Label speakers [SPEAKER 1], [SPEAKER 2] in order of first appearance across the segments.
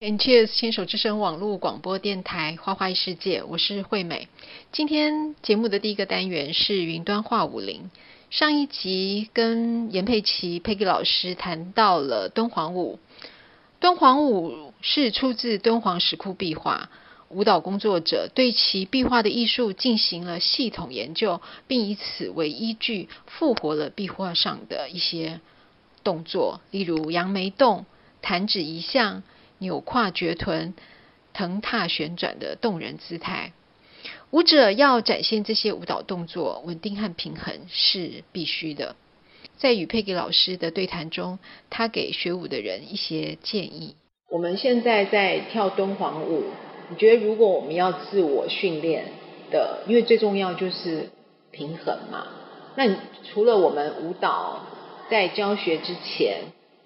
[SPEAKER 1] And Cheers 牵手之声网络广播电台《花花异世界》，我是惠美。今天节目的第一个单元是云端化五零。上一集跟严佩琪佩吉老师谈到了敦煌舞，敦煌舞是出自敦煌石窟壁画，舞蹈工作者对其壁画的艺术进行了系统研究，并以此为依据复活了壁画上的一些动作，例如扬眉动、弹指一项。扭胯撅臀、腾踏旋转的动人姿态，舞者要展现这些舞蹈动作，稳定和平衡是必须的。在与佩吉老师的对谈中，他给学舞的人一些建议。我们现在在跳敦煌舞，你觉得如果我们要自我训练的，因为最重要就是平衡嘛。那你除了我们舞蹈在教学之前，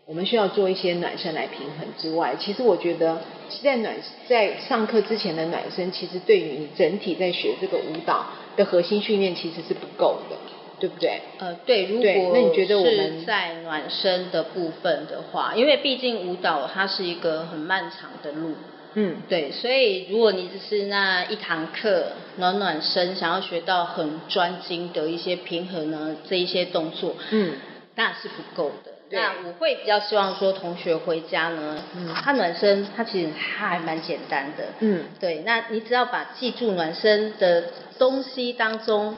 [SPEAKER 1] 我们需要做一些暖身来平衡之外，其实我觉得在暖在上课之前的暖身，其实对于你整体在学这个舞蹈的核心训练其实是不够的，对不对？
[SPEAKER 2] 呃，对，如
[SPEAKER 1] 对
[SPEAKER 2] 果
[SPEAKER 1] 那你觉得我们
[SPEAKER 2] 是在暖身的部分的话，因为毕竟舞蹈它是一个很漫长的路，
[SPEAKER 1] 嗯，
[SPEAKER 2] 对，所以如果你只是那一堂课暖暖身，想要学到很专精的一些平衡呢这一些动作，
[SPEAKER 1] 嗯，
[SPEAKER 2] 那是不够的。
[SPEAKER 1] 对
[SPEAKER 2] 那我会比较希望说，同学回家呢，
[SPEAKER 1] 嗯
[SPEAKER 2] 他暖身，他其实还蛮简单的，
[SPEAKER 1] 嗯
[SPEAKER 2] 对，那你只要把记住暖身的东西当中，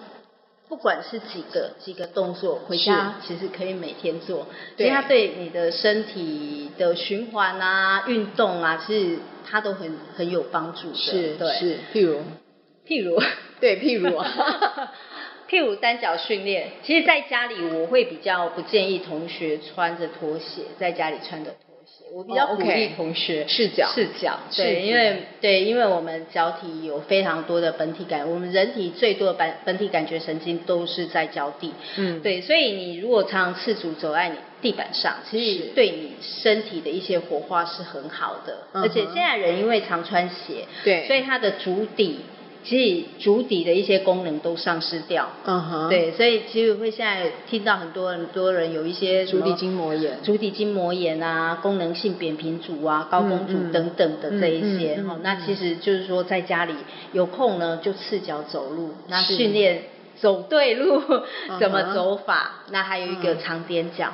[SPEAKER 2] 不管是几个几个动作，回家其实可以每天做，
[SPEAKER 1] 对
[SPEAKER 2] 因为它对你的身体的循环啊、运动啊，其实它都很很有帮助的。
[SPEAKER 1] 是
[SPEAKER 2] 对，
[SPEAKER 1] 是，譬如
[SPEAKER 2] 譬如。
[SPEAKER 1] 对，譬如
[SPEAKER 2] 譬如单脚训练，其实在家里我会比较不建议同学穿着拖鞋在家里穿着拖鞋，我比较
[SPEAKER 1] 哦
[SPEAKER 2] 鼓
[SPEAKER 1] ，OK
[SPEAKER 2] 励同学
[SPEAKER 1] 赤脚
[SPEAKER 2] 赤脚，
[SPEAKER 1] 赤
[SPEAKER 2] 对，
[SPEAKER 1] 足
[SPEAKER 2] 因为对，因为我们脚体有非常多的本体感，我们人体最多的本本体感觉神经都是在脚底，
[SPEAKER 1] 嗯
[SPEAKER 2] 对，所以你如果常常赤足走在你地板上，其实
[SPEAKER 1] 是
[SPEAKER 2] 对你身体的一些活化是很好的，
[SPEAKER 1] 嗯哼
[SPEAKER 2] 而且现在人因为常穿鞋，
[SPEAKER 1] 对
[SPEAKER 2] 所以它的足底。其实足底的一些功能都丧失掉，
[SPEAKER 1] 嗯哼，，
[SPEAKER 2] 对，所以其实会现在听到很多很多人有一些什
[SPEAKER 1] 足
[SPEAKER 2] 么
[SPEAKER 1] 底筋膜炎，
[SPEAKER 2] 足底筋膜炎啊、功能性扁平足啊、高弓
[SPEAKER 1] 嗯
[SPEAKER 2] 足等等的这一
[SPEAKER 1] 嗯
[SPEAKER 2] 些
[SPEAKER 1] 嗯嗯
[SPEAKER 2] 哈、
[SPEAKER 1] 嗯
[SPEAKER 2] 那其实就是说在家里有空呢，就赤脚走路，那
[SPEAKER 1] 是嗯
[SPEAKER 2] 训练走对路
[SPEAKER 1] 哼
[SPEAKER 2] 怎么走法，那还有一个
[SPEAKER 1] 嗯
[SPEAKER 2] 长踮脚，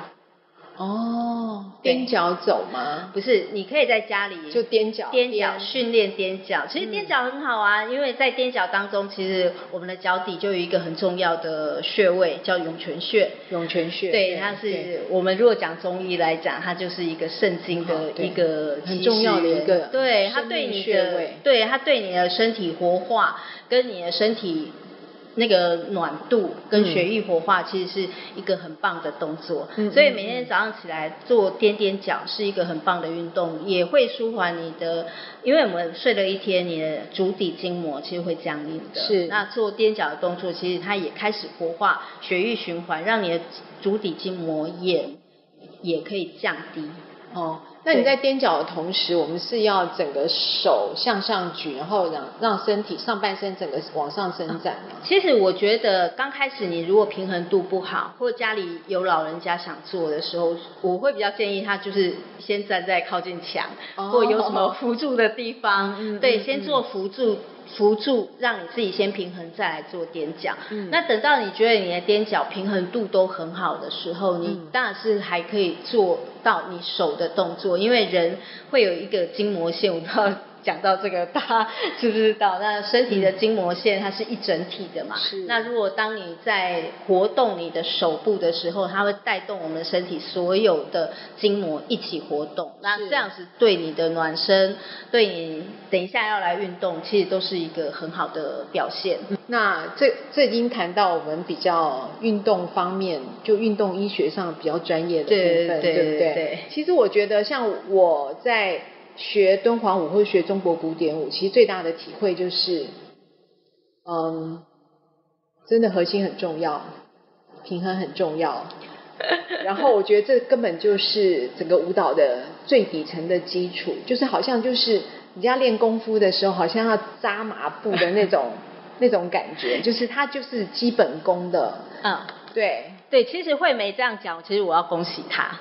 [SPEAKER 1] 哦，
[SPEAKER 2] 对
[SPEAKER 1] 踮脚走吗？
[SPEAKER 2] 不是你可以在家里
[SPEAKER 1] 就踮脚，
[SPEAKER 2] 踮脚训练踮脚，其实
[SPEAKER 1] 嗯
[SPEAKER 2] 踮脚很好啊，因为在踮脚当中，其实我们的脚底就有一个很重要的穴位叫涌泉穴。
[SPEAKER 1] 涌泉穴，
[SPEAKER 2] 对，它
[SPEAKER 1] 对
[SPEAKER 2] 是我们如果讲中医来讲，它就是一个肾经
[SPEAKER 1] 好
[SPEAKER 2] 的
[SPEAKER 1] 对
[SPEAKER 2] 一个
[SPEAKER 1] 很
[SPEAKER 2] 起
[SPEAKER 1] 重要
[SPEAKER 2] 始
[SPEAKER 1] 的一
[SPEAKER 2] 源
[SPEAKER 1] 个
[SPEAKER 2] 对它
[SPEAKER 1] 生
[SPEAKER 2] 对
[SPEAKER 1] 命
[SPEAKER 2] 你
[SPEAKER 1] 穴
[SPEAKER 2] 的
[SPEAKER 1] 位
[SPEAKER 2] 对它对你的身体活化跟你的身体。那个暖度跟血液活化其实是一个很棒的动作，
[SPEAKER 1] 嗯
[SPEAKER 2] 所以
[SPEAKER 1] 嗯
[SPEAKER 2] 每
[SPEAKER 1] 嗯
[SPEAKER 2] 天早上起来做踮踮脚是一个很棒的运动，也会舒缓你的，因为我们睡了一天，你的足底筋膜其实会僵硬的。
[SPEAKER 1] 是
[SPEAKER 2] 那做踮脚的动作，其实它也开始活化血液循环，让你的足底筋膜也也可以降低。
[SPEAKER 1] 哦，那你
[SPEAKER 2] 对
[SPEAKER 1] 在踮脚的同时，我们是要整个手向上举，然后让让身体上半身整个往上伸展吗？
[SPEAKER 2] 其实我觉得刚开始你如果平衡度不好，或家里有老人家想做的时候，我会比较建议他就是先站在靠近墙，
[SPEAKER 1] 哦
[SPEAKER 2] 或有什么辅助的地方，
[SPEAKER 1] 嗯嗯
[SPEAKER 2] 对，
[SPEAKER 1] 嗯
[SPEAKER 2] 先做辅助。辅助让你自己先平衡，再来做踮脚。
[SPEAKER 1] 嗯
[SPEAKER 2] 那等到你觉得你的踮脚平衡度都很好的时候，你
[SPEAKER 1] 嗯
[SPEAKER 2] 当然是还可以做到你手的动作，因为人会有一个筋膜线，我不知道讲到这个大家知不知道？那身体的筋膜线它是一整体的嘛，
[SPEAKER 1] 嗯是
[SPEAKER 2] 那如果当你在活动你的手部的时候，它会带动我们身体所有的筋膜一起活动。那
[SPEAKER 1] 是
[SPEAKER 2] 这样子对你的暖身，对你等一下要来运动，其实都是一个很好的表现。
[SPEAKER 1] 嗯那这这已经谈到我们比较运动方面，就运动医学上比较专业的部分，
[SPEAKER 2] 对对
[SPEAKER 1] 不对
[SPEAKER 2] 对对
[SPEAKER 1] 其实我觉得，像我在学敦煌舞或学中国古典舞，其实最大的体会就是，嗯，真的核心很重要，平衡很重要。 然后我觉得这根本就是整个舞蹈的最底层的基础，就是好像就是人家练功夫的时候，好像要扎马步的那 种那种感觉，就是它就是基本功的，
[SPEAKER 2] 嗯，
[SPEAKER 1] 对，
[SPEAKER 2] 对，其实惠梅这样讲，其实我要恭喜她。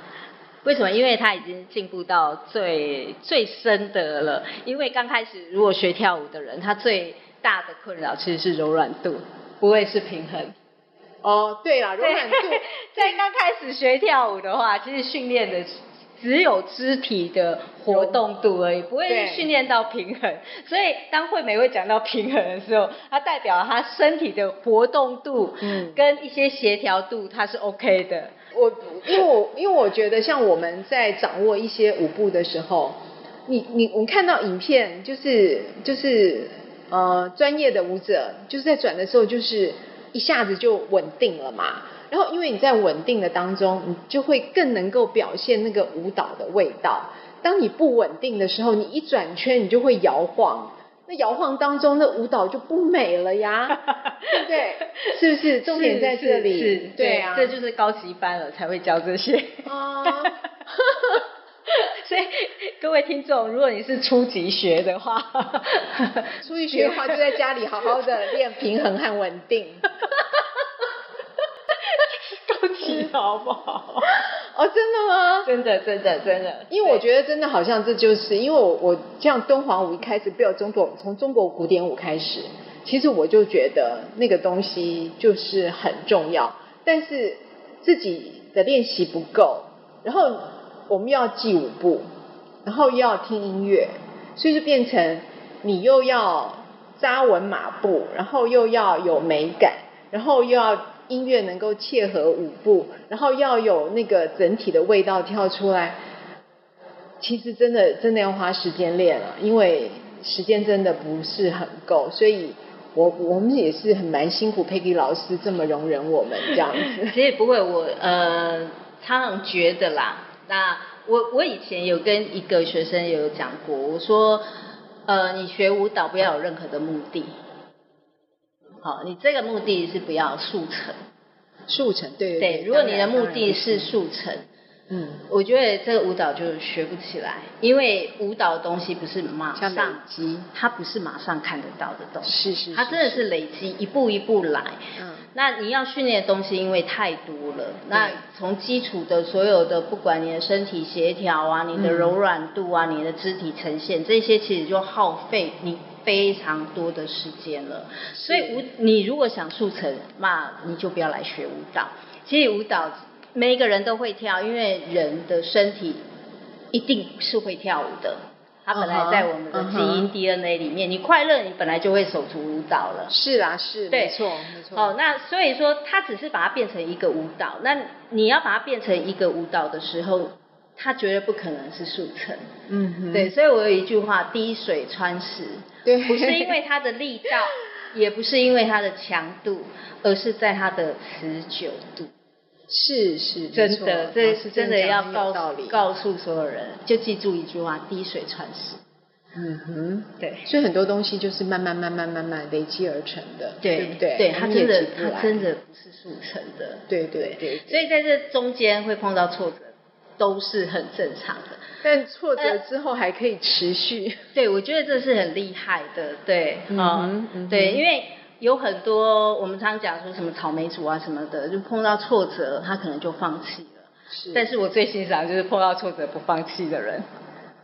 [SPEAKER 2] 为什么？因为他已经进步到最最深的了。因为刚开始如果学跳舞的人，他最大的困扰其实是柔软度，不会是平衡。
[SPEAKER 1] 哦，对啦，柔 软度，
[SPEAKER 2] 对 在刚开始学跳舞的话，其实训练的只有肢体的活动度而已，不
[SPEAKER 1] 对
[SPEAKER 2] 会训练到平衡。所以当惠美会讲到平衡的时候，它代表她身体的活动度
[SPEAKER 1] 嗯
[SPEAKER 2] 跟一些协调度，它是 OK 的。
[SPEAKER 1] 我因为我因为我觉得像我们在掌握一些舞步的时候，你你我看到影片就是就是呃专业的舞者就是在转的时候就是一下子就稳定了嘛，然后因为你在稳定的当中，你就会更能够表现那个舞蹈的味道。当你不稳定的时候，你一转圈你就会摇晃。那摇晃当中，那舞蹈就不美了呀，对不对？是不是？重点在这里，
[SPEAKER 2] 是是是
[SPEAKER 1] 对啊，
[SPEAKER 2] 这就是高级班了才会教这些。
[SPEAKER 1] 啊，
[SPEAKER 2] 所以各位听众，如果你是初级学的话，
[SPEAKER 1] 出去学的话，就在家里好好的练平衡和稳定。
[SPEAKER 2] 高级好不好？
[SPEAKER 1] 哦，真的吗？
[SPEAKER 2] 真的，真的，真的，
[SPEAKER 1] 因为我觉得真的好像这就是，因为我我像敦煌舞一开始，不要中国从中国古典舞开始，其实我就觉得那个东西就是很重要，但是自己的练习不够，然后我们又要记舞步，然后又要听音乐，所以就变成你又要扎稳马步，然后又要有美感，然后又要音乐能够切合舞步，然后要有那个整体的味道跳出来。其实真的真的要花时间练了、因为时间真的不是很够，所以我我们也是很蛮辛苦佩 e 老师这么容忍我们这样 子。
[SPEAKER 2] 其实不会，我呃常常觉得啦，那我我以前有跟一个学生有讲过，我说呃你学舞蹈不要有任何的目的，好，你这个目的是不要速成，
[SPEAKER 1] 速成，对对
[SPEAKER 2] 对，如果你
[SPEAKER 1] 当
[SPEAKER 2] 的
[SPEAKER 1] 然
[SPEAKER 2] 目
[SPEAKER 1] 当然
[SPEAKER 2] 的是速成。
[SPEAKER 1] 嗯，
[SPEAKER 2] 我觉得这个舞蹈就学不起来，因为舞蹈的东西不是马
[SPEAKER 1] 像累
[SPEAKER 2] 上
[SPEAKER 1] 积，
[SPEAKER 2] 它不是马上看得到的东西，
[SPEAKER 1] 是是，
[SPEAKER 2] 它真的是累积，一步一步来。
[SPEAKER 1] 嗯
[SPEAKER 2] 那你要训练的东西因为太多了，那从基础的所有的，不管你的身体协调啊，你的
[SPEAKER 1] 嗯
[SPEAKER 2] 柔软度啊，你的肢体呈现，这些其实就耗费你非常多的时间了。所以舞，你如果想速成，那你就不要来学舞蹈。其实舞蹈每一个人都会跳，因为人的身体一定是会跳舞的。它本来在我们的
[SPEAKER 1] 嗯
[SPEAKER 2] 基
[SPEAKER 1] 哼嗯
[SPEAKER 2] 因
[SPEAKER 1] 哼
[SPEAKER 2] DNA 里面，你快乐，你本来就会手足舞蹈了。
[SPEAKER 1] 是啦是，
[SPEAKER 2] 对
[SPEAKER 1] 没错没错，
[SPEAKER 2] 哦，那所以说，它只是把它变成一个舞蹈。那你要把它变成一个舞蹈的时候，它绝对不可能是速成。
[SPEAKER 1] 嗯哼
[SPEAKER 2] 对，所以我有一句话：滴水穿石。
[SPEAKER 1] 对
[SPEAKER 2] 不是因为它的力道，也不是因为它的强度，而是在它的持久度。
[SPEAKER 1] 是是
[SPEAKER 2] 真的，这
[SPEAKER 1] 是
[SPEAKER 2] 真的要
[SPEAKER 1] 告
[SPEAKER 2] 告
[SPEAKER 1] 道
[SPEAKER 2] 诉
[SPEAKER 1] 理，
[SPEAKER 2] 告诉所有人，就记住一句话：滴水穿石。
[SPEAKER 1] 嗯哼。
[SPEAKER 2] 对。
[SPEAKER 1] 所以很多东西就是慢慢、慢慢、慢慢累积而成的，对
[SPEAKER 2] 对
[SPEAKER 1] 不对？
[SPEAKER 2] 对，
[SPEAKER 1] 我
[SPEAKER 2] 它
[SPEAKER 1] 们也
[SPEAKER 2] 真的
[SPEAKER 1] 急不
[SPEAKER 2] 它
[SPEAKER 1] 来
[SPEAKER 2] 真的不是速成的，
[SPEAKER 1] 对对对
[SPEAKER 2] 所以在这中间会碰到挫折，都是很正常的。
[SPEAKER 1] 但挫折之后还可以持续。
[SPEAKER 2] 对，我觉得这是很厉害的，对，
[SPEAKER 1] 嗯
[SPEAKER 2] 啊
[SPEAKER 1] 哼嗯哼
[SPEAKER 2] 对，因为有很多我们常讲说什么草莓族啊什么的，就碰到挫折，他可能就放弃了。
[SPEAKER 1] 是
[SPEAKER 2] 但是我最欣赏就是碰到挫折不放弃的人。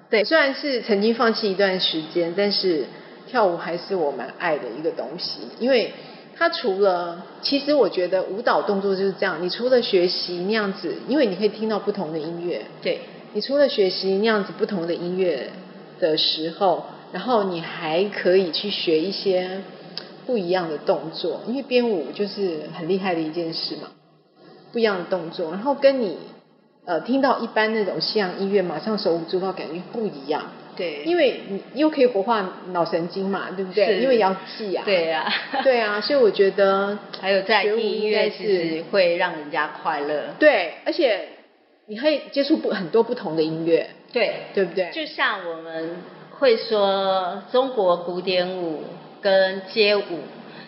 [SPEAKER 1] 对，虽然是曾经放弃一段时间，但是跳舞还是我蛮爱的一个东西，因为它除了，其实我觉得舞蹈动作就是这样，你除了学习那样子，因为你可以听到不同的音乐，
[SPEAKER 2] 对，
[SPEAKER 1] 你除了学习那样子不同的音乐的时候，然后你还可以去学一些不一样的动作，因为编舞就是很厉害的一件事嘛，不一样的动作，然后跟你呃听到一般那种西洋音乐，马上手舞足蹈感觉不一样，
[SPEAKER 2] 对
[SPEAKER 1] 因为你又可以活化脑神经嘛，对不对？
[SPEAKER 2] 是
[SPEAKER 1] 因为也要记啊，
[SPEAKER 2] 对啊，
[SPEAKER 1] 对啊，所以我觉得
[SPEAKER 2] 还有在
[SPEAKER 1] 学
[SPEAKER 2] 听
[SPEAKER 1] 舞
[SPEAKER 2] 音
[SPEAKER 1] 应该
[SPEAKER 2] 乐，
[SPEAKER 1] 是
[SPEAKER 2] 其实会让人家快乐。
[SPEAKER 1] 对，而且你可以接触不很多不同的音乐，
[SPEAKER 2] 对，
[SPEAKER 1] 对不对？
[SPEAKER 2] 就像我们会说中国古典舞跟街舞，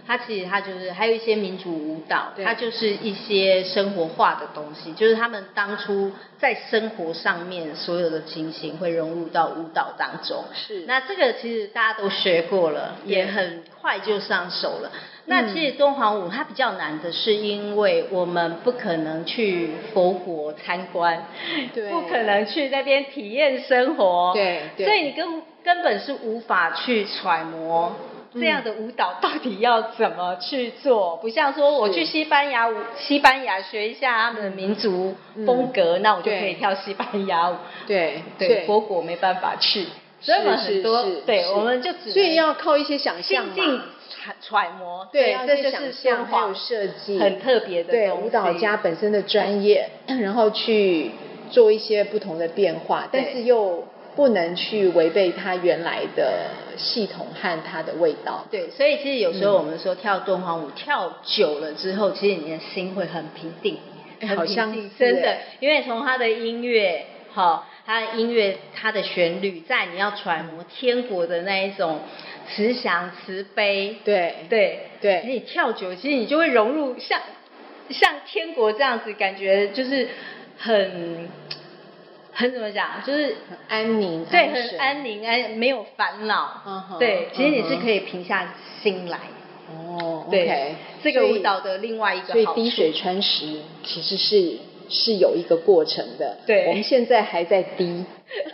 [SPEAKER 2] 它其实它就是还有一些民族舞蹈，
[SPEAKER 1] 对
[SPEAKER 2] 它就是一些生活化的东西，就是他们当初在生活上面所有的情形会融入到舞蹈当中。
[SPEAKER 1] 是
[SPEAKER 2] 那这个其实大家都学过了，
[SPEAKER 1] 对嗯
[SPEAKER 2] 也很快就上手了。那其实敦煌舞它比较难的是，因为我们不可能去佛国参观，
[SPEAKER 1] 对
[SPEAKER 2] 不可能去那边体验生活，
[SPEAKER 1] 对对
[SPEAKER 2] 所以你根根本是无法去揣摩。
[SPEAKER 1] 嗯
[SPEAKER 2] 这样的舞蹈到底要怎么去做？不像说我
[SPEAKER 1] 是
[SPEAKER 2] 去西班牙舞，西班牙学一下他们的民族
[SPEAKER 1] 嗯
[SPEAKER 2] 风格，那我就
[SPEAKER 1] 对
[SPEAKER 2] 可以跳西班牙舞。
[SPEAKER 1] 对
[SPEAKER 2] 对，佛国没办法去，所以我们
[SPEAKER 1] 是
[SPEAKER 2] 很多
[SPEAKER 1] 是是
[SPEAKER 2] 对
[SPEAKER 1] 是，
[SPEAKER 2] 我们就只能
[SPEAKER 1] 所以要靠一些想象
[SPEAKER 2] 静
[SPEAKER 1] 嘛
[SPEAKER 2] 静揣揣摩，
[SPEAKER 1] 对，
[SPEAKER 2] 这
[SPEAKER 1] 些
[SPEAKER 2] 就
[SPEAKER 1] 想
[SPEAKER 2] 是
[SPEAKER 1] 象
[SPEAKER 2] 敦
[SPEAKER 1] 还有
[SPEAKER 2] 煌
[SPEAKER 1] 设计，
[SPEAKER 2] 很特别的
[SPEAKER 1] 对
[SPEAKER 2] 东西
[SPEAKER 1] 舞蹈家本身的专业，然后去做一些不同的变化，
[SPEAKER 2] 对
[SPEAKER 1] 但是又不能去违背它原来的系统和它的味道。
[SPEAKER 2] 对，所以其实有时候我们说跳敦煌舞、跳久了之后，其实你的心会很平定，
[SPEAKER 1] 哎
[SPEAKER 2] 很
[SPEAKER 1] 好
[SPEAKER 2] 平
[SPEAKER 1] 像
[SPEAKER 2] 静
[SPEAKER 1] 是
[SPEAKER 2] 真的
[SPEAKER 1] 哎，
[SPEAKER 2] 因为从它的音乐，哈、它的音乐它的旋律，在你要揣摩天国的那一种慈祥慈悲，
[SPEAKER 1] 对
[SPEAKER 2] 对
[SPEAKER 1] 对
[SPEAKER 2] 你跳久了，其实你就会融入像像天国这样子，感觉就是很很怎么讲，就是
[SPEAKER 1] 很安宁，
[SPEAKER 2] 对，
[SPEAKER 1] 安神
[SPEAKER 2] 很安宁，安没有烦恼。
[SPEAKER 1] 嗯哼
[SPEAKER 2] 对，其实你是
[SPEAKER 1] 嗯哼
[SPEAKER 2] 可以平下心来。
[SPEAKER 1] 哦，
[SPEAKER 2] 对
[SPEAKER 1] OK，
[SPEAKER 2] 这个
[SPEAKER 1] 所以
[SPEAKER 2] 舞蹈的另外一个
[SPEAKER 1] 所以
[SPEAKER 2] 好
[SPEAKER 1] 滴
[SPEAKER 2] 处
[SPEAKER 1] 水穿石其实是是有一个过程的。
[SPEAKER 2] 对
[SPEAKER 1] 我们现在还在 滴。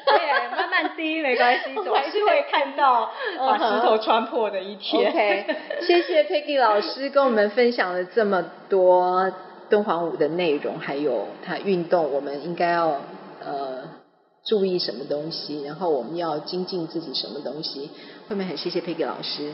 [SPEAKER 2] 对，慢慢滴没关系，
[SPEAKER 1] 我
[SPEAKER 2] 总
[SPEAKER 1] 还
[SPEAKER 2] 是会看到把
[SPEAKER 1] 嗯哼
[SPEAKER 2] 石头穿破的一天。
[SPEAKER 1] OK，谢谢 Peggy 老师跟我们分享了这么多敦煌舞的内容，还有它运动，我们应该要呃注意什么东西，然后我们要精进自己什么东西。后面很谢谢 Peggy 老师。